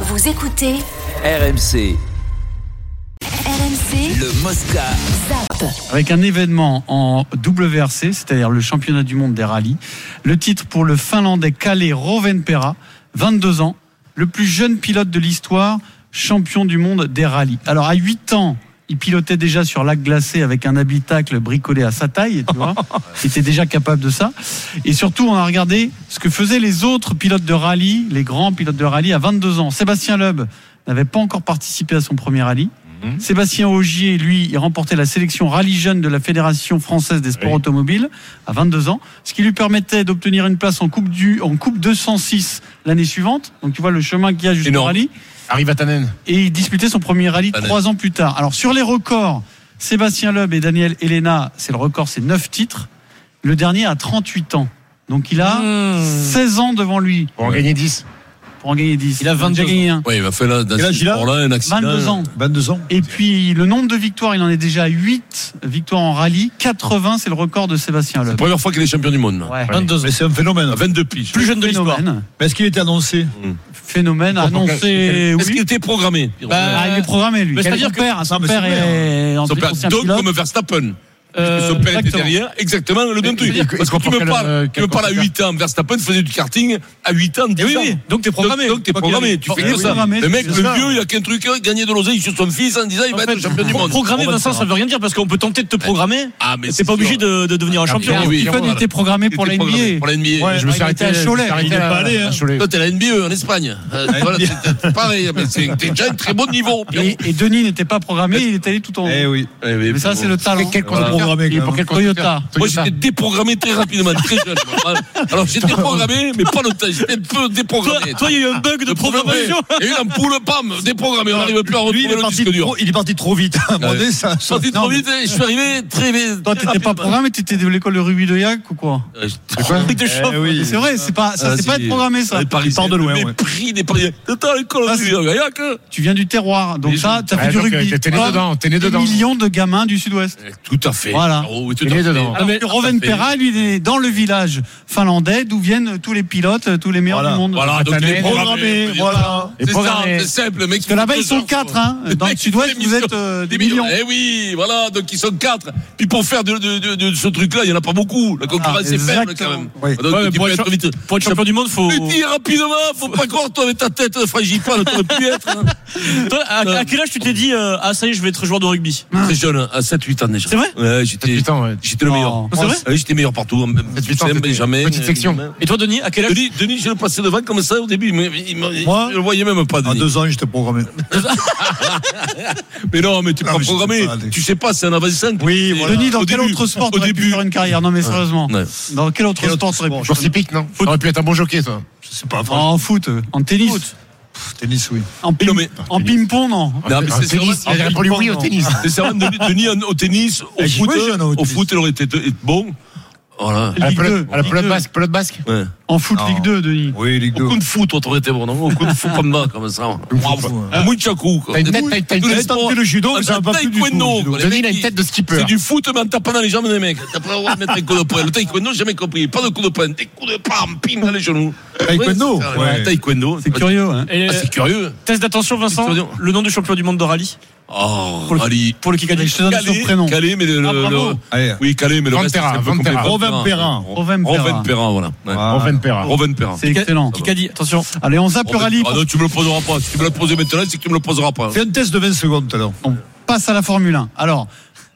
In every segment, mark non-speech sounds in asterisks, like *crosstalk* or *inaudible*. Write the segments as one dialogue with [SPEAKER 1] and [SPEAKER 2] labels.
[SPEAKER 1] Vous écoutez
[SPEAKER 2] RMC,
[SPEAKER 1] RMC
[SPEAKER 2] le Mosca.
[SPEAKER 1] Zap.
[SPEAKER 3] avec un événement en WRC, c'est-à-dire le championnat du monde des rallyes. Le titre pour le Finlandais Kalle Rovenpera, 22 ans, le plus jeune pilote de l'histoire, champion du monde des rallyes. Alors à 8 ans, il pilotait déjà sur lac glacé avec un habitacle bricolé à sa taille, tu vois. Il était déjà capable de ça. Et surtout, on a regardé ce que faisaient les autres pilotes de rallye, les grands pilotes de rallye à 22 ans. Sébastien Loeb n'avait pas encore participé à son premier rallye.
[SPEAKER 4] Mhm.
[SPEAKER 3] Sébastien Augier, lui, il remportait la sélection rallye jeune de la Fédération française des sports
[SPEAKER 4] Oui.
[SPEAKER 3] automobiles à 22 ans, ce qui lui permettait d'obtenir une place en Coupe, du, en coupe 206 l'année suivante. Donc tu vois le chemin qu'il y a jusqu'au
[SPEAKER 4] Énorme.
[SPEAKER 3] rallye.
[SPEAKER 4] Arrive à Tannen.
[SPEAKER 3] Et il disputait son premier rallye
[SPEAKER 4] Pas
[SPEAKER 3] trois ans plus tard. Alors sur les records, Sébastien Loeb et Daniel Elena, c'est le record, c'est 9 titres. Le dernier a 38 ans. Donc il a
[SPEAKER 5] Hmm.
[SPEAKER 3] 16 ans devant lui
[SPEAKER 4] Pour en gagner 10.
[SPEAKER 3] pour en gagner 10.
[SPEAKER 6] Il a 22
[SPEAKER 3] déjà gagné un.
[SPEAKER 6] Oui, il m'a fait là, dans
[SPEAKER 5] Et là,
[SPEAKER 6] ce
[SPEAKER 5] Gila
[SPEAKER 6] sport-là, un accident.
[SPEAKER 3] 22 ans.
[SPEAKER 5] 22 ans.
[SPEAKER 3] Et puis le nombre de victoires, il en est déjà à 8 victoires en rallye. 80, c'est le record de Sébastien Loeb.
[SPEAKER 6] Première fois qu'il est champion du monde. là.
[SPEAKER 3] Ouais.
[SPEAKER 5] 22 ans. Mais c'est un phénomène.
[SPEAKER 6] 22 piges.
[SPEAKER 5] Plus jeune de l'histoire.
[SPEAKER 3] Phénomène,
[SPEAKER 5] Mais est-ce qu'il était annoncé
[SPEAKER 3] phénomène annoncé.
[SPEAKER 6] Est-ce qu'il
[SPEAKER 3] Oui.
[SPEAKER 6] était programmé Pierrot
[SPEAKER 5] Bah,
[SPEAKER 3] Ah, il est programmé lui.
[SPEAKER 5] Mais
[SPEAKER 3] Quel est
[SPEAKER 5] c'est-à-dire
[SPEAKER 3] son
[SPEAKER 5] que-
[SPEAKER 3] père, son
[SPEAKER 5] Non, mais
[SPEAKER 3] père
[SPEAKER 5] c'est
[SPEAKER 3] est
[SPEAKER 6] Son père,
[SPEAKER 3] ancien
[SPEAKER 6] donc
[SPEAKER 3] pilote.
[SPEAKER 6] comme Verstappen.
[SPEAKER 5] Euh,
[SPEAKER 6] Son père était
[SPEAKER 5] exactement.
[SPEAKER 6] derrière, exactement le même truc.
[SPEAKER 5] et- et-
[SPEAKER 6] Parce que
[SPEAKER 5] et-
[SPEAKER 6] tu me
[SPEAKER 5] quel-
[SPEAKER 6] parles,
[SPEAKER 5] euh,
[SPEAKER 6] tu me
[SPEAKER 5] quel
[SPEAKER 6] parles à
[SPEAKER 5] corps
[SPEAKER 6] 8 ans, Verstappen faisait du karting à 8 ans, 10
[SPEAKER 5] Eh oui,
[SPEAKER 6] ans.
[SPEAKER 5] oui, donc t'es programmé.
[SPEAKER 6] Donc, t'es
[SPEAKER 5] Quoi
[SPEAKER 6] programmé,
[SPEAKER 5] qu'il
[SPEAKER 6] tu
[SPEAKER 5] arrive.
[SPEAKER 6] fais
[SPEAKER 3] Il est
[SPEAKER 6] que ça.
[SPEAKER 3] programmé,
[SPEAKER 6] Le mec,
[SPEAKER 3] c'est
[SPEAKER 6] le
[SPEAKER 3] ça.
[SPEAKER 6] vieux, il a qu'un truc, hein, gagner de l'oseille sur son fils en disant il va être champion du monde.
[SPEAKER 5] Programmer,
[SPEAKER 6] On va le
[SPEAKER 5] Vincent,
[SPEAKER 6] faire.
[SPEAKER 5] ça veut rien dire parce qu'on peut tenter de te programmer.
[SPEAKER 6] Ah, mais
[SPEAKER 5] T'es pas
[SPEAKER 6] sûr.
[SPEAKER 5] obligé de, de devenir un
[SPEAKER 3] Pierre
[SPEAKER 5] champion.
[SPEAKER 6] Ah, oui,
[SPEAKER 3] Verstappen
[SPEAKER 6] oui,
[SPEAKER 3] était programmé pour
[SPEAKER 6] Il
[SPEAKER 3] la
[SPEAKER 6] était programmé
[SPEAKER 3] NBA.
[SPEAKER 6] Pour la NBA.
[SPEAKER 3] Je me suis arrêté à Cholet.
[SPEAKER 5] Il est pas allé, hein.
[SPEAKER 6] Toi, t'es à la NBA en Espagne. Euh, voilà, c'est-
[SPEAKER 5] *laughs*
[SPEAKER 6] c'est pareil, hein, mais c'est t'es déjà un très bon niveau. Pierrot.
[SPEAKER 3] Et, et Denis n'était pas programmé, il est allé tout en haut.
[SPEAKER 5] Eh oui.
[SPEAKER 6] Eh oui,
[SPEAKER 3] Mais ça,
[SPEAKER 6] bon.
[SPEAKER 3] c'est le talent.
[SPEAKER 6] Voilà.
[SPEAKER 5] Programmé, quand même.
[SPEAKER 3] Toyota.
[SPEAKER 6] Moi, j'étais déprogrammé très rapidement, très jeune. Alors, j'étais programmé, mais pas le temps. J'étais un peu
[SPEAKER 5] Toi,
[SPEAKER 6] déprogrammé.
[SPEAKER 5] toi, il y a eu un bug de
[SPEAKER 6] Le problème,
[SPEAKER 5] programmation.
[SPEAKER 6] Il y a eu l'ampoule, pam, déprogrammé. On n'arrive plus à
[SPEAKER 5] Lui,
[SPEAKER 6] retrouver
[SPEAKER 5] il est
[SPEAKER 6] le
[SPEAKER 5] parti
[SPEAKER 6] disque dur.
[SPEAKER 5] trop- il est parti trop *laughs* vite. À un
[SPEAKER 1] Ah,
[SPEAKER 5] moment
[SPEAKER 6] Ouais.
[SPEAKER 5] donné, ça-
[SPEAKER 6] Je suis sorti trop vite, et je suis arrivé très vite. Euh,
[SPEAKER 3] Toi, t'étais pas programmé, t'étais de l'école de rugby de Yac ou quoi
[SPEAKER 5] Truc de chauffe.
[SPEAKER 3] Mais C'est vrai, c'est pas, ça, c'est
[SPEAKER 6] Ah,
[SPEAKER 3] pas être programmé, ça.
[SPEAKER 6] Paris,
[SPEAKER 5] part de loin,
[SPEAKER 6] Le
[SPEAKER 5] ouais.
[SPEAKER 6] mépris des Parisiens. T'es à l'école, hein.
[SPEAKER 3] Ah,
[SPEAKER 6] tu viens, y'a que-
[SPEAKER 3] Tu viens du terroir, donc
[SPEAKER 6] Les
[SPEAKER 3] ça, t'as fait du
[SPEAKER 6] euh,
[SPEAKER 3] rugby.
[SPEAKER 7] T'es né
[SPEAKER 3] Comme
[SPEAKER 7] dedans, t'es né
[SPEAKER 3] Des
[SPEAKER 7] dedans.
[SPEAKER 3] millions de gamins du Sud-Ouest.
[SPEAKER 6] Tout à fait.
[SPEAKER 3] Voilà.
[SPEAKER 6] Oh, oui, tout
[SPEAKER 7] Il
[SPEAKER 6] à
[SPEAKER 7] est
[SPEAKER 6] fait.
[SPEAKER 7] dedans.
[SPEAKER 3] Alors que Ah, Roven
[SPEAKER 6] fait-
[SPEAKER 3] Perra, lui, il est dans le village finlandais d'où viennent tous les pilotes, euh, tous les meilleurs
[SPEAKER 5] Voilà.
[SPEAKER 3] du monde.
[SPEAKER 6] Voilà, donc il est programmé.
[SPEAKER 5] Programmé, voilà.
[SPEAKER 6] C'est ça,
[SPEAKER 7] programmé.
[SPEAKER 6] c'est simple, le mec.
[SPEAKER 3] Parce que là-bas, ils sont quatre, hein. Dans le Sud-Ouest, vous êtes euh, des millions.
[SPEAKER 6] Eh oui, voilà, donc ils sont quatre. Puis pour faire de, de- de- de ce truc-là, il n'y en a pas beaucoup. La
[SPEAKER 3] Ah,
[SPEAKER 6] concurrence est faible quand
[SPEAKER 3] exactement.
[SPEAKER 6] même.
[SPEAKER 3] Oui.
[SPEAKER 6] Donc
[SPEAKER 5] Ouais, mais
[SPEAKER 6] tu
[SPEAKER 5] pour
[SPEAKER 6] peux
[SPEAKER 5] être
[SPEAKER 6] être
[SPEAKER 5] cha-
[SPEAKER 6] vite.
[SPEAKER 5] Pour être champion du monde, faut.
[SPEAKER 6] Mais dis rapidement, faut pas croire, toi, avec ta tête de frangipane, t'aurais pu être. hein.
[SPEAKER 5] Toi, à, à quel âge tu t'es dit, euh, ah ça y est, je vais être joueur de rugby
[SPEAKER 6] Très jeune, hein, à 7-8 ans déjà.
[SPEAKER 5] C'est vrai
[SPEAKER 6] Ouais, j'étais,
[SPEAKER 7] 7-8 ans, ouais.
[SPEAKER 6] j'étais le
[SPEAKER 3] Oh.
[SPEAKER 6] meilleur.
[SPEAKER 3] C'est vrai
[SPEAKER 6] Ouais, J'étais meilleur partout. hein, Même
[SPEAKER 7] 7-8 ans,
[SPEAKER 6] Saint,
[SPEAKER 7] c'était
[SPEAKER 6] Benjamin,
[SPEAKER 7] petite section.
[SPEAKER 6] euh,
[SPEAKER 5] Et toi, Denis, à quel âge
[SPEAKER 6] Denis, Denis, je le passais devant comme ça au début, mais il m'a-
[SPEAKER 5] Moi
[SPEAKER 6] je le voyais même pas.
[SPEAKER 3] Ah,
[SPEAKER 5] À
[SPEAKER 6] Denis.
[SPEAKER 5] ans, j'étais programmé.
[SPEAKER 6] Mais non, mais tu peux
[SPEAKER 5] mais je sais
[SPEAKER 6] programmer.
[SPEAKER 5] pas, Denis.
[SPEAKER 6] Tu sais pas, c'est un avançant.
[SPEAKER 5] Oui, voilà.
[SPEAKER 3] Denis, dans
[SPEAKER 6] Au
[SPEAKER 3] quel
[SPEAKER 6] début.
[SPEAKER 3] autre sport
[SPEAKER 6] Au
[SPEAKER 3] t'aurais pu
[SPEAKER 6] début.
[SPEAKER 3] faire une carrière Non, mais sérieusement.
[SPEAKER 6] Ouais.
[SPEAKER 3] Dans quel autre
[SPEAKER 5] Quel
[SPEAKER 3] sport
[SPEAKER 5] autre
[SPEAKER 3] t'aurais pu
[SPEAKER 7] Joueur typique, non T'aurais pu être un bon jockey, toi.
[SPEAKER 5] Je sais pas, franchement.
[SPEAKER 3] En foot, euh, en tennis,
[SPEAKER 5] Tennis, oui.
[SPEAKER 3] en
[SPEAKER 6] Non,
[SPEAKER 3] ping-
[SPEAKER 6] mais-
[SPEAKER 3] en ping-pong, non
[SPEAKER 6] Non, mais
[SPEAKER 7] En
[SPEAKER 6] c'est- c'est
[SPEAKER 7] tennis,
[SPEAKER 6] vraiment-
[SPEAKER 7] il a répondu oui au tennis.
[SPEAKER 6] C'est ça, Denis, Denis, en- au tennis, au
[SPEAKER 5] Eh, j'y
[SPEAKER 6] foot,
[SPEAKER 5] jouais jeune, au
[SPEAKER 6] au
[SPEAKER 5] tennis.
[SPEAKER 6] foot, il aurait été été bon. Voilà.
[SPEAKER 7] À la
[SPEAKER 3] Ligue
[SPEAKER 7] pelote,
[SPEAKER 3] 2,
[SPEAKER 7] à la
[SPEAKER 3] Ligue
[SPEAKER 7] pelote
[SPEAKER 3] 2.
[SPEAKER 7] basque, pelote basque.
[SPEAKER 6] Ouais.
[SPEAKER 3] En foot
[SPEAKER 5] Non.
[SPEAKER 3] Ligue 2, Denis.
[SPEAKER 5] Oui, Ligue
[SPEAKER 6] Au coup de foot, toi, t'aurais été bon, non Au coup de foot comme ça, comme ça. Bravo. Au Munchaku, quoi.
[SPEAKER 7] T'as une tête, t'as- t'as une
[SPEAKER 6] Tous les
[SPEAKER 7] tête.
[SPEAKER 6] sports.
[SPEAKER 5] tenté le judo, mais ça
[SPEAKER 6] Un
[SPEAKER 5] m'a pas plu du tout,
[SPEAKER 6] Ah, taekwondo,
[SPEAKER 5] le judo.
[SPEAKER 6] quoi. Les mecs,
[SPEAKER 7] Denis, il a une
[SPEAKER 6] ils-
[SPEAKER 7] tête de skipper.
[SPEAKER 6] C'est du foot, mais en tapant dans les jambes des mecs. T'as pas le droit de mettre un coup de poing. Le taekwondo, j'ai jamais compris. Pas de coup de poing. Des coups de pam, pim, dans les genoux.
[SPEAKER 5] Taekwondo,
[SPEAKER 6] Ouais, c'est ça,
[SPEAKER 5] ouais.
[SPEAKER 6] ouais, Taekwondo.
[SPEAKER 3] C'est curieux, hein.
[SPEAKER 5] Et euh,
[SPEAKER 6] Ah, c'est curieux.
[SPEAKER 5] test d'attention, Vincent.
[SPEAKER 6] Attention.
[SPEAKER 5] Le nom du champion du monde de rallye
[SPEAKER 6] Oh,
[SPEAKER 5] le-
[SPEAKER 6] Ali.
[SPEAKER 5] pour le Kikadi.
[SPEAKER 3] Je te donne son prénom.
[SPEAKER 6] Calais, mais le.
[SPEAKER 5] Ah,
[SPEAKER 6] le-
[SPEAKER 5] bravo.
[SPEAKER 6] le- Oui, Calais, mais le reste.
[SPEAKER 7] Vantera,
[SPEAKER 6] c'est un peu
[SPEAKER 7] Vantera.
[SPEAKER 6] compliqué.
[SPEAKER 5] Roven Perrin.
[SPEAKER 3] Roven Perrin.
[SPEAKER 6] Roven Perrin, voilà. Ouais.
[SPEAKER 7] En fin de paire.
[SPEAKER 6] Roven Perrin.
[SPEAKER 3] C'est excellent.
[SPEAKER 5] Kikadi, attention.
[SPEAKER 3] Allez, on zappe le rallye.
[SPEAKER 6] Ah
[SPEAKER 3] pour-
[SPEAKER 6] non, tu me le poseras pas. Si tu me le poses maintenant, c'est que tu me le poseras pas.
[SPEAKER 5] Fais un test de 20 secondes tout à l'heure.
[SPEAKER 3] On passe à la Formule 1. Alors,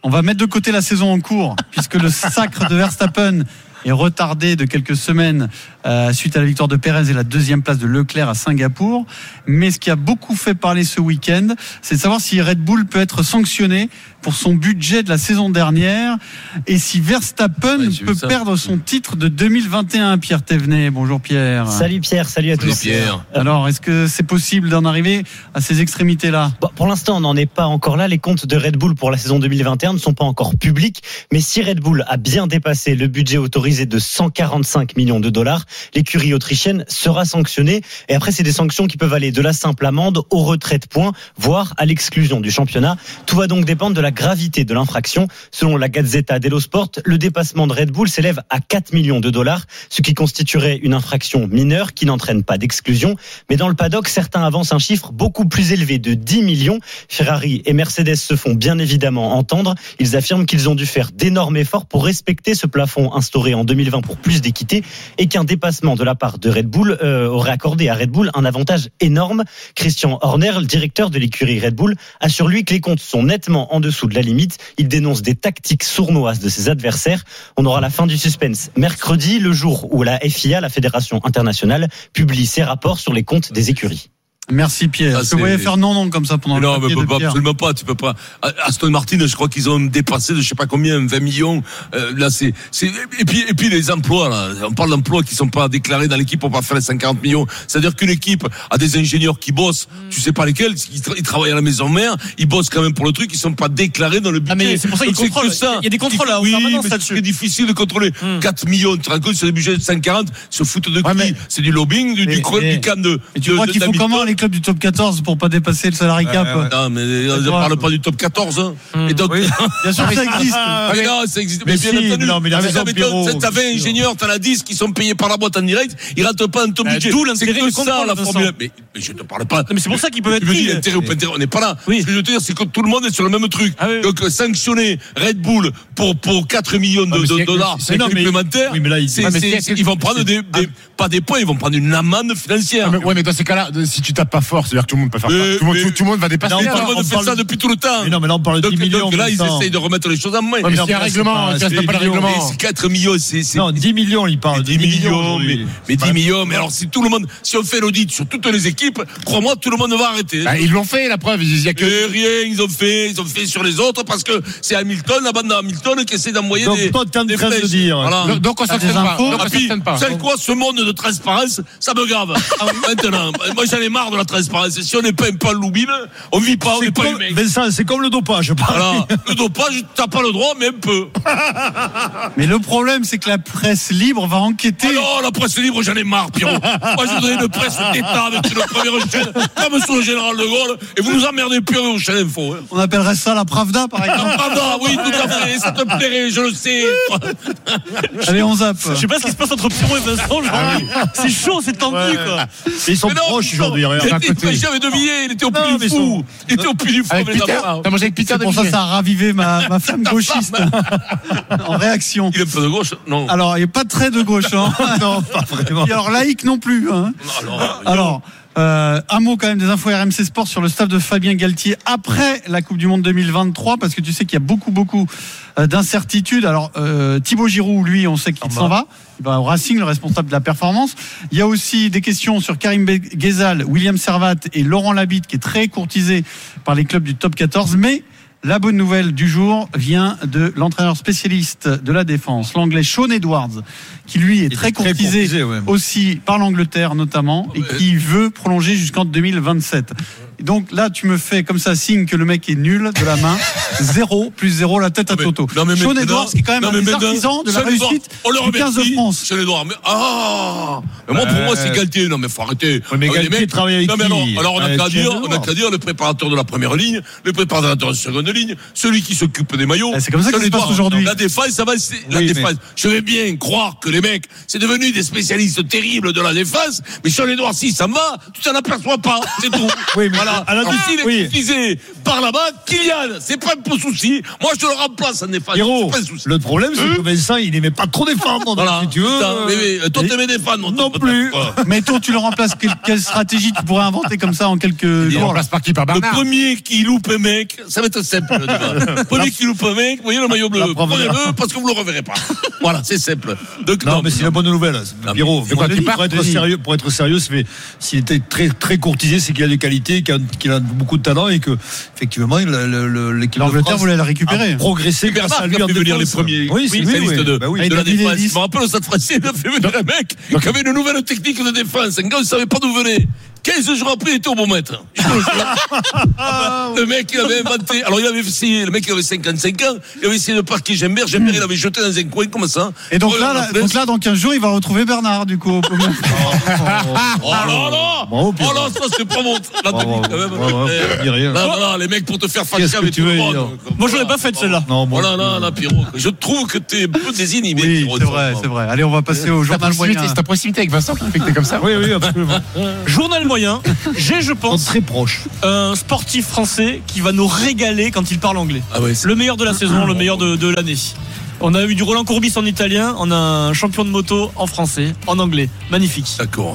[SPEAKER 3] on va mettre de côté la saison en cours, *laughs* puisque le sacre de Verstappen est retardé de quelques semaines euh, suite à la victoire de Pérez et la deuxième place de Leclerc à Singapour. Mais ce qui a beaucoup fait parler ce week-end, c'est de savoir si Red Bull peut être sanctionné pour son budget de la saison dernière et si Verstappen
[SPEAKER 6] Ouais, j'ai vu
[SPEAKER 3] peut
[SPEAKER 6] ça. Mm.
[SPEAKER 3] perdre son titre de 2021. Pierre Thévenet, bonjour Pierre.
[SPEAKER 8] Salut Pierre, salut à
[SPEAKER 6] Salut,
[SPEAKER 8] tous.
[SPEAKER 6] Pierre.
[SPEAKER 3] Alors, est-ce que c'est possible d'en arriver à ces extrémités-là
[SPEAKER 8] Bon, pour l'instant, on n'en est pas encore là. Les comptes de Red Bull pour la saison 2021 ne sont pas encore publics. Mais si Red Bull a bien dépassé le budget autorisé de 145 millions de dollars, l'écurie autrichienne sera sanctionnée. Et après, c'est des sanctions qui peuvent aller de la simple amende au retrait de points, voire à l'exclusion du championnat. Tout va donc dépendre de la la gravité de l'infraction. Selon la Gazzetta dello Sport, le dépassement de Red Bull s'élève à 4 millions de dollars, ce qui constituerait une infraction mineure qui n'entraîne pas d'exclusion. Mais dans le paddock, certains avancent un chiffre beaucoup plus élevé de 10 millions. Ferrari et Mercedes se font bien évidemment entendre. Ils affirment qu'ils ont dû faire d'énormes efforts pour respecter ce plafond instauré en 2020 pour plus d'équité et qu'un dépassement de la part de Red Bull euh, aurait accordé à Red Bull un avantage énorme. Christian Horner, le directeur de l'écurie Red Bull, assure lui que les comptes sont nettement en dessous de la limite. Il dénonce des tactiques sournoises de ses adversaires. On aura la fin du suspense mercredi, le jour où la FIA, la Fédération internationale, publie ses rapports sur les comptes des écuries.
[SPEAKER 3] Merci Pierre.
[SPEAKER 6] Ah,
[SPEAKER 3] Vous pouvez
[SPEAKER 6] c'est-
[SPEAKER 3] faire non, non comme ça pendant
[SPEAKER 6] Mais
[SPEAKER 3] le
[SPEAKER 6] Non, mais
[SPEAKER 3] papier
[SPEAKER 6] peut
[SPEAKER 3] de
[SPEAKER 6] pas,
[SPEAKER 3] Pierre.
[SPEAKER 6] absolument pas. Tu peux pas. A- Aston Martin, je crois qu'ils ont dépassé de je sais pas combien 20 millions. Euh, là, c'est, c'est et puis et puis les emplois. Là, on parle d'emplois qui sont pas déclarés dans l'équipe. On va faire les 140 millions. C'est-à-dire qu'une équipe a des ingénieurs qui bossent.
[SPEAKER 5] Hmm.
[SPEAKER 6] Tu sais pas lesquels. Ils, tra- ils travaillent à la maison mère. Ils bossent quand même pour le truc. Ils sont pas déclarés dans le budget.
[SPEAKER 5] Ah, mais c'est pour ça qu'ils
[SPEAKER 6] Donc, que
[SPEAKER 5] contrôlent.
[SPEAKER 6] ça.
[SPEAKER 5] Il y a des contrôles, là, en
[SPEAKER 6] Oui,
[SPEAKER 5] permanence,
[SPEAKER 6] mais c'est
[SPEAKER 5] là-dessus. Hmm.
[SPEAKER 6] très difficile de contrôler. 4 millions. Tu te rends compte sur des budgets de 140, se foutent de qui
[SPEAKER 3] mais-
[SPEAKER 6] C'est du lobbying, du,
[SPEAKER 3] Mais-
[SPEAKER 6] du, creux-
[SPEAKER 3] mais-
[SPEAKER 6] du cam de.
[SPEAKER 3] Et tu
[SPEAKER 6] de-
[SPEAKER 3] crois
[SPEAKER 6] de-
[SPEAKER 3] qu'ils font
[SPEAKER 6] d'Hamilton.
[SPEAKER 3] comment les clubs du top 14 pour pas dépasser le salary cap
[SPEAKER 1] ouais, ouais.
[SPEAKER 6] Euh, Non, mais on ne
[SPEAKER 3] toi,
[SPEAKER 6] parle pas du top 14. Hein. Et donc, *laughs*
[SPEAKER 3] Bien sûr que ça existe.
[SPEAKER 6] Ah, mais non, ça existe.
[SPEAKER 3] Mais
[SPEAKER 6] Mais,
[SPEAKER 3] si,
[SPEAKER 6] bien entendu.
[SPEAKER 3] mais non, mais il a
[SPEAKER 6] Ah, mais
[SPEAKER 3] raison,
[SPEAKER 6] ça, mais
[SPEAKER 3] Pierrot,
[SPEAKER 6] toi, T'as 20 ingénieurs, t'en as 10 qui sont payés par la boîte en direct. Ils rentrent pas en ton
[SPEAKER 5] Bah,
[SPEAKER 6] budget.
[SPEAKER 5] d'où
[SPEAKER 6] C'est
[SPEAKER 5] l'intérêt
[SPEAKER 6] que
[SPEAKER 5] du
[SPEAKER 6] ça,
[SPEAKER 5] contrôle,
[SPEAKER 6] la
[SPEAKER 5] Vincent.
[SPEAKER 6] formule. Mais, mais je te parle pas.
[SPEAKER 5] mais c'est pour ça qu'ils peuvent
[SPEAKER 6] Tu me
[SPEAKER 5] être
[SPEAKER 6] dis
[SPEAKER 5] pris.
[SPEAKER 6] intérêt ou pas intérêt, on n'est pas là.
[SPEAKER 5] Oui.
[SPEAKER 6] Ce que je veux te dire, c'est que tout le monde est sur le même truc.
[SPEAKER 5] Ah oui.
[SPEAKER 6] Donc, euh, sanctionner Red Bull pour, pour 4 millions de,
[SPEAKER 7] mais
[SPEAKER 6] de
[SPEAKER 7] c'est-
[SPEAKER 6] dollars
[SPEAKER 7] c'est- non, mais-
[SPEAKER 6] supplémentaires,
[SPEAKER 7] oui, mais là, il-
[SPEAKER 6] c'est-
[SPEAKER 7] Ouais, mais
[SPEAKER 6] c'est-
[SPEAKER 7] c'est- c'est-
[SPEAKER 6] ils vont prendre des, des- pas des points, ils vont prendre une amende financière.
[SPEAKER 7] Ah, mais- ouais, mais dans ces cas-là, de- si tu tapes pas fort, c'est-à-dire que tout le monde peut faire
[SPEAKER 6] Mais-
[SPEAKER 7] ça. Tout, le monde-
[SPEAKER 6] mais-
[SPEAKER 7] tout- tout le monde va dépasser.
[SPEAKER 6] Tout
[SPEAKER 7] là.
[SPEAKER 6] le monde
[SPEAKER 1] on
[SPEAKER 6] fait
[SPEAKER 1] parle-
[SPEAKER 6] ça depuis tout le temps.
[SPEAKER 1] Mais non, mais là, on parle de
[SPEAKER 6] Donc,
[SPEAKER 1] 10 millions.
[SPEAKER 6] donc là, ils
[SPEAKER 3] hein.
[SPEAKER 1] Vincent.
[SPEAKER 6] essayent de remettre les choses en main.
[SPEAKER 7] Ouais,
[SPEAKER 1] Non,
[SPEAKER 7] mais s'il y a un
[SPEAKER 1] mais c'est
[SPEAKER 7] règlement,
[SPEAKER 1] pas-
[SPEAKER 7] tu
[SPEAKER 1] c'est
[SPEAKER 7] respectes pas le
[SPEAKER 1] des millions.
[SPEAKER 6] Mais
[SPEAKER 7] règlement.
[SPEAKER 6] Ah, c'est 4 millions, c'est. c'est-
[SPEAKER 1] Non, 10 millions, il parle.
[SPEAKER 6] Mais 10 millions, mais,
[SPEAKER 1] aujourd'hui.
[SPEAKER 6] mais 10 millions. Mais alors, si tout le monde, si on fait l'audit sur toutes les équipes, crois-moi, tout le monde va arrêter.
[SPEAKER 7] Bah, ils l'ont fait, la preuve. Il y a que.
[SPEAKER 6] Et rien, ils ont fait, ils ont fait sur les autres parce que c'est Hamilton, la bande Hamilton qui essaie d'envoyer
[SPEAKER 1] Donc,
[SPEAKER 6] des.
[SPEAKER 1] toi, t'es en
[SPEAKER 6] des
[SPEAKER 1] train de
[SPEAKER 6] flèches.
[SPEAKER 1] dire.
[SPEAKER 6] Voilà.
[SPEAKER 7] Donc, Donc on
[SPEAKER 3] T'as des
[SPEAKER 7] s'abstient pas.
[SPEAKER 3] infos
[SPEAKER 7] Donc
[SPEAKER 6] Ah,
[SPEAKER 7] on
[SPEAKER 6] puis,
[SPEAKER 7] s'abstient pas.
[SPEAKER 6] vous savez quoi, ce monde de transparence, ça me grave. Maintenant, moi j'en ai marre de la transparence. Si on n'est pas un pan loubine, on vit pas, on n'est
[SPEAKER 1] C'est
[SPEAKER 6] pas
[SPEAKER 1] comme-
[SPEAKER 6] humain.
[SPEAKER 1] Vincent, c'est comme le dopage.
[SPEAKER 6] Voilà. Le dopage, t'as pas le droit, mais un peu.
[SPEAKER 3] *laughs* Mais le problème, c'est que la presse libre va enquêter.
[SPEAKER 6] Ah non, la presse libre, j'en ai marre, Pierrot. Moi, je voudrais une presse d'État avec une première chaîne, comme sous le général de Gaulle, et vous nous emmerdez plus aux chaînes info. hein.
[SPEAKER 3] On appellerait ça la Pravda, par exemple.
[SPEAKER 6] *laughs* Ah, pardon, oui, tout à fait, ça te plairait, je le sais.
[SPEAKER 3] Allez, on zappe. Ah
[SPEAKER 5] Je sais pas ce qui se passe entre Pierrot et Vincent. genre. C'est chaud, c'est tendu, quoi.
[SPEAKER 1] Ils sont
[SPEAKER 6] Mais non,
[SPEAKER 1] proches
[SPEAKER 6] non,
[SPEAKER 1] aujourd'hui.
[SPEAKER 6] il
[SPEAKER 1] regarde.
[SPEAKER 6] était- J'avais deviné, il était au
[SPEAKER 1] Non,
[SPEAKER 6] plus
[SPEAKER 1] mais
[SPEAKER 6] du
[SPEAKER 1] Ah,
[SPEAKER 6] fou. Il était au plus du fou,
[SPEAKER 7] Avec
[SPEAKER 6] mais
[SPEAKER 7] Peter
[SPEAKER 6] d'abord,
[SPEAKER 7] T'as mangé avec Peter
[SPEAKER 3] C'est pour ça que ça a ravivé ma, ma *laughs* femme gauchiste en réaction.
[SPEAKER 6] Il est pas de gauche, non.
[SPEAKER 3] Alors, il n'est pas très de gauche. Hein. *laughs* non, pas
[SPEAKER 1] vraiment.
[SPEAKER 3] alors, laïque non plus. Hein.
[SPEAKER 6] Alors,
[SPEAKER 3] Alors, euh, un mot quand même des infos RMC Sport sur le staff de Fabien Galtier après la Coupe du Monde 2023, parce que tu sais qu'il y a beaucoup, beaucoup euh, d'incertitudes. Alors, euh, Thibaut Giroud, lui, on sait qu'il s'en va. Il va au Racing, le responsable de la performance. Il y a aussi des questions sur Karim Be- Ghezal, William Servat et Laurent Labitte, qui est très courtisé par les clubs du top 14. Mais la bonne nouvelle du jour vient de l'entraîneur spécialiste de la défense, l'anglais Sean Edwards, qui lui est très courtisé,
[SPEAKER 1] courtisé, ouais.
[SPEAKER 3] aussi par l'Angleterre notamment et qui veut prolonger jusqu'en 2027. Et Donc là, tu me fais comme ça signe que le mec est nul de la
[SPEAKER 6] *laughs*
[SPEAKER 3] main, zéro plus zéro la tête à
[SPEAKER 6] Ah, mais-
[SPEAKER 3] Toto.
[SPEAKER 6] non, mais
[SPEAKER 3] Sean
[SPEAKER 6] maintenant-
[SPEAKER 3] Edwards qui est quand même
[SPEAKER 6] non,
[SPEAKER 3] un
[SPEAKER 6] mais
[SPEAKER 3] des
[SPEAKER 6] maintenant,
[SPEAKER 3] artisans de la
[SPEAKER 6] Sean Edwards,
[SPEAKER 3] réussite
[SPEAKER 6] on le
[SPEAKER 3] du 15 de
[SPEAKER 6] remercie,
[SPEAKER 3] France.
[SPEAKER 6] Sean Edwards, mais ah Mais moi, pour
[SPEAKER 1] Ouais.
[SPEAKER 6] moi, c'est Galtier. Non, mais faut arrêter.
[SPEAKER 1] Ouais, mais
[SPEAKER 6] Ah, les
[SPEAKER 1] Galtier
[SPEAKER 6] mecs-
[SPEAKER 1] travaille avec
[SPEAKER 6] Non, mais
[SPEAKER 1] qui
[SPEAKER 6] alors, alors, on a
[SPEAKER 3] Euh,
[SPEAKER 1] Avec
[SPEAKER 6] qu'à
[SPEAKER 1] Sean
[SPEAKER 6] dire, on a
[SPEAKER 1] Edwards.
[SPEAKER 6] qu'à dire le préparateur de la première ligne, le préparateur de la seconde ligne, celui qui s'occupe des maillots.
[SPEAKER 3] Ah, c'est comme ça que
[SPEAKER 6] Sean
[SPEAKER 3] ça se passe
[SPEAKER 6] Edwards.
[SPEAKER 3] aujourd'hui.
[SPEAKER 6] La défense, ça va, c'est- la
[SPEAKER 1] Oui, mais-
[SPEAKER 6] défense. Je vais bien croire que les mecs, c'est devenu des spécialistes terribles de la défense, mais Sean Edwards, si ça va, tu t'en aperçois pas.
[SPEAKER 3] *laughs*
[SPEAKER 6] C'est tout.
[SPEAKER 1] Oui, mais
[SPEAKER 6] voilà.
[SPEAKER 1] à la
[SPEAKER 6] Alors, s'il est
[SPEAKER 1] oui.
[SPEAKER 6] utilisé par là-bas, Kylian, c'est pas un peu souci. Moi, je le remplace en défense.
[SPEAKER 1] Pierrot,
[SPEAKER 6] C'est pas un souci. Hein
[SPEAKER 1] le problème, c'est que Vincent, il n'aimait pas trop défendre. donc,
[SPEAKER 6] Voilà.
[SPEAKER 1] Si tu veux.
[SPEAKER 6] Putain, mais, mais, euh, toi,
[SPEAKER 1] il-
[SPEAKER 6] t'aimais des fans, mon
[SPEAKER 1] Non
[SPEAKER 6] pote,
[SPEAKER 1] plus.
[SPEAKER 6] quoi.
[SPEAKER 3] Mais toi, tu le remplaces. Quelle, quelle stratégie tu pourrais inventer comme ça en quelques
[SPEAKER 7] On
[SPEAKER 3] jours là
[SPEAKER 7] remplace par qui Par
[SPEAKER 6] Le
[SPEAKER 7] Bernard
[SPEAKER 6] premier qui loupe un mec, ça va être simple. le débat.
[SPEAKER 1] *laughs*
[SPEAKER 6] Le premier qui loupe un mec, vous voyez le maillot bleu, prenez-le parce que vous le reverrez pas.
[SPEAKER 1] *laughs*
[SPEAKER 6] Voilà, c'est simple. Donc,
[SPEAKER 1] Non, mais c'est la bonne nouvelle. hein.
[SPEAKER 6] mais-
[SPEAKER 1] Pierrot,
[SPEAKER 7] C'est quoi,
[SPEAKER 1] pour,
[SPEAKER 7] tu
[SPEAKER 1] pour
[SPEAKER 7] pars,
[SPEAKER 1] être
[SPEAKER 7] Denis
[SPEAKER 1] sérieux, pour être sérieux, c'est- mais s'il était très, très courtisé, c'est qu'il a des qualités, qu'il a, qu'il a beaucoup de talent et que, effectivement, le- le- le- l'équipe de
[SPEAKER 3] L'Angleterre
[SPEAKER 1] France
[SPEAKER 3] voulait le
[SPEAKER 1] a
[SPEAKER 3] récupérer.
[SPEAKER 1] progressé
[SPEAKER 6] c'est
[SPEAKER 1] grâce
[SPEAKER 6] Bernard
[SPEAKER 1] à
[SPEAKER 6] qui
[SPEAKER 1] lui
[SPEAKER 6] a
[SPEAKER 1] en
[SPEAKER 6] fait venir les
[SPEAKER 1] défense.
[SPEAKER 6] premiers
[SPEAKER 1] Oui, c'est lui,
[SPEAKER 6] spécialistes
[SPEAKER 1] oui.
[SPEAKER 6] de,
[SPEAKER 1] Bah oui.
[SPEAKER 6] de
[SPEAKER 3] Et
[SPEAKER 6] la
[SPEAKER 3] David
[SPEAKER 6] défense.
[SPEAKER 3] Ellis.
[SPEAKER 1] Bah,
[SPEAKER 6] Je me rappelle au Stade français, il a fait venir un mec qui avait une nouvelle technique de défense. Un gars, on ne savait pas d'où venait. 15 jours après, il était au bon maître. Je te le jure. le
[SPEAKER 1] *laughs*
[SPEAKER 6] mec, il avait inventé. Alors, il avait essayé, le mec, il avait 55 ans, il avait essayé de parquer Gembert. Gembert, il avait jeté dans un coin comme ça.
[SPEAKER 1] Et donc
[SPEAKER 6] Voilà,
[SPEAKER 1] là,
[SPEAKER 6] la
[SPEAKER 1] là-
[SPEAKER 6] presse.
[SPEAKER 1] donc là, dans 15 jours, il va retrouver Bernard, du coup. au Pommel.
[SPEAKER 6] Oh là là
[SPEAKER 9] Bravo,
[SPEAKER 6] Oh
[SPEAKER 9] Pierre.
[SPEAKER 6] là, ça, c'est pas mon. La
[SPEAKER 9] Bravo,
[SPEAKER 6] technique, quand même.
[SPEAKER 9] bravo,
[SPEAKER 6] Eh,
[SPEAKER 9] on dit rien.
[SPEAKER 6] Là, voilà, les mecs, pour te faire
[SPEAKER 9] Qu'est-ce
[SPEAKER 6] fâcher
[SPEAKER 9] que
[SPEAKER 6] avec
[SPEAKER 9] tu
[SPEAKER 6] tout le
[SPEAKER 9] veux
[SPEAKER 6] monde.
[SPEAKER 9] dire
[SPEAKER 6] Donc,
[SPEAKER 3] Moi, je
[SPEAKER 6] voilà.
[SPEAKER 3] l'aurais pas faite celle-là.
[SPEAKER 9] Non,
[SPEAKER 6] Oh
[SPEAKER 9] moi,
[SPEAKER 6] là là, là, Pierrot. Je trouve que t'es peu désigné,
[SPEAKER 1] Oui, c'est vrai, c'est vrai. Allez, on va passer au
[SPEAKER 7] C'est ta
[SPEAKER 1] journal moyen.
[SPEAKER 7] proximité- c'est ta proximité avec Vincent qui fait que t'es comme ça.
[SPEAKER 9] Oui, oui, absolument.
[SPEAKER 3] *laughs* Journal moyen. J'ai, je
[SPEAKER 9] On est
[SPEAKER 3] pense,
[SPEAKER 9] très proche.
[SPEAKER 3] un sportif français qui va nous régaler quand il parle anglais.
[SPEAKER 6] Ah ouais, c'est-
[SPEAKER 3] Le meilleur de la saison, le meilleur de, de l'année. On a eu du Roland Courbis en italien, on a un champion de moto en français, en anglais. Magnifique.
[SPEAKER 6] d'accord.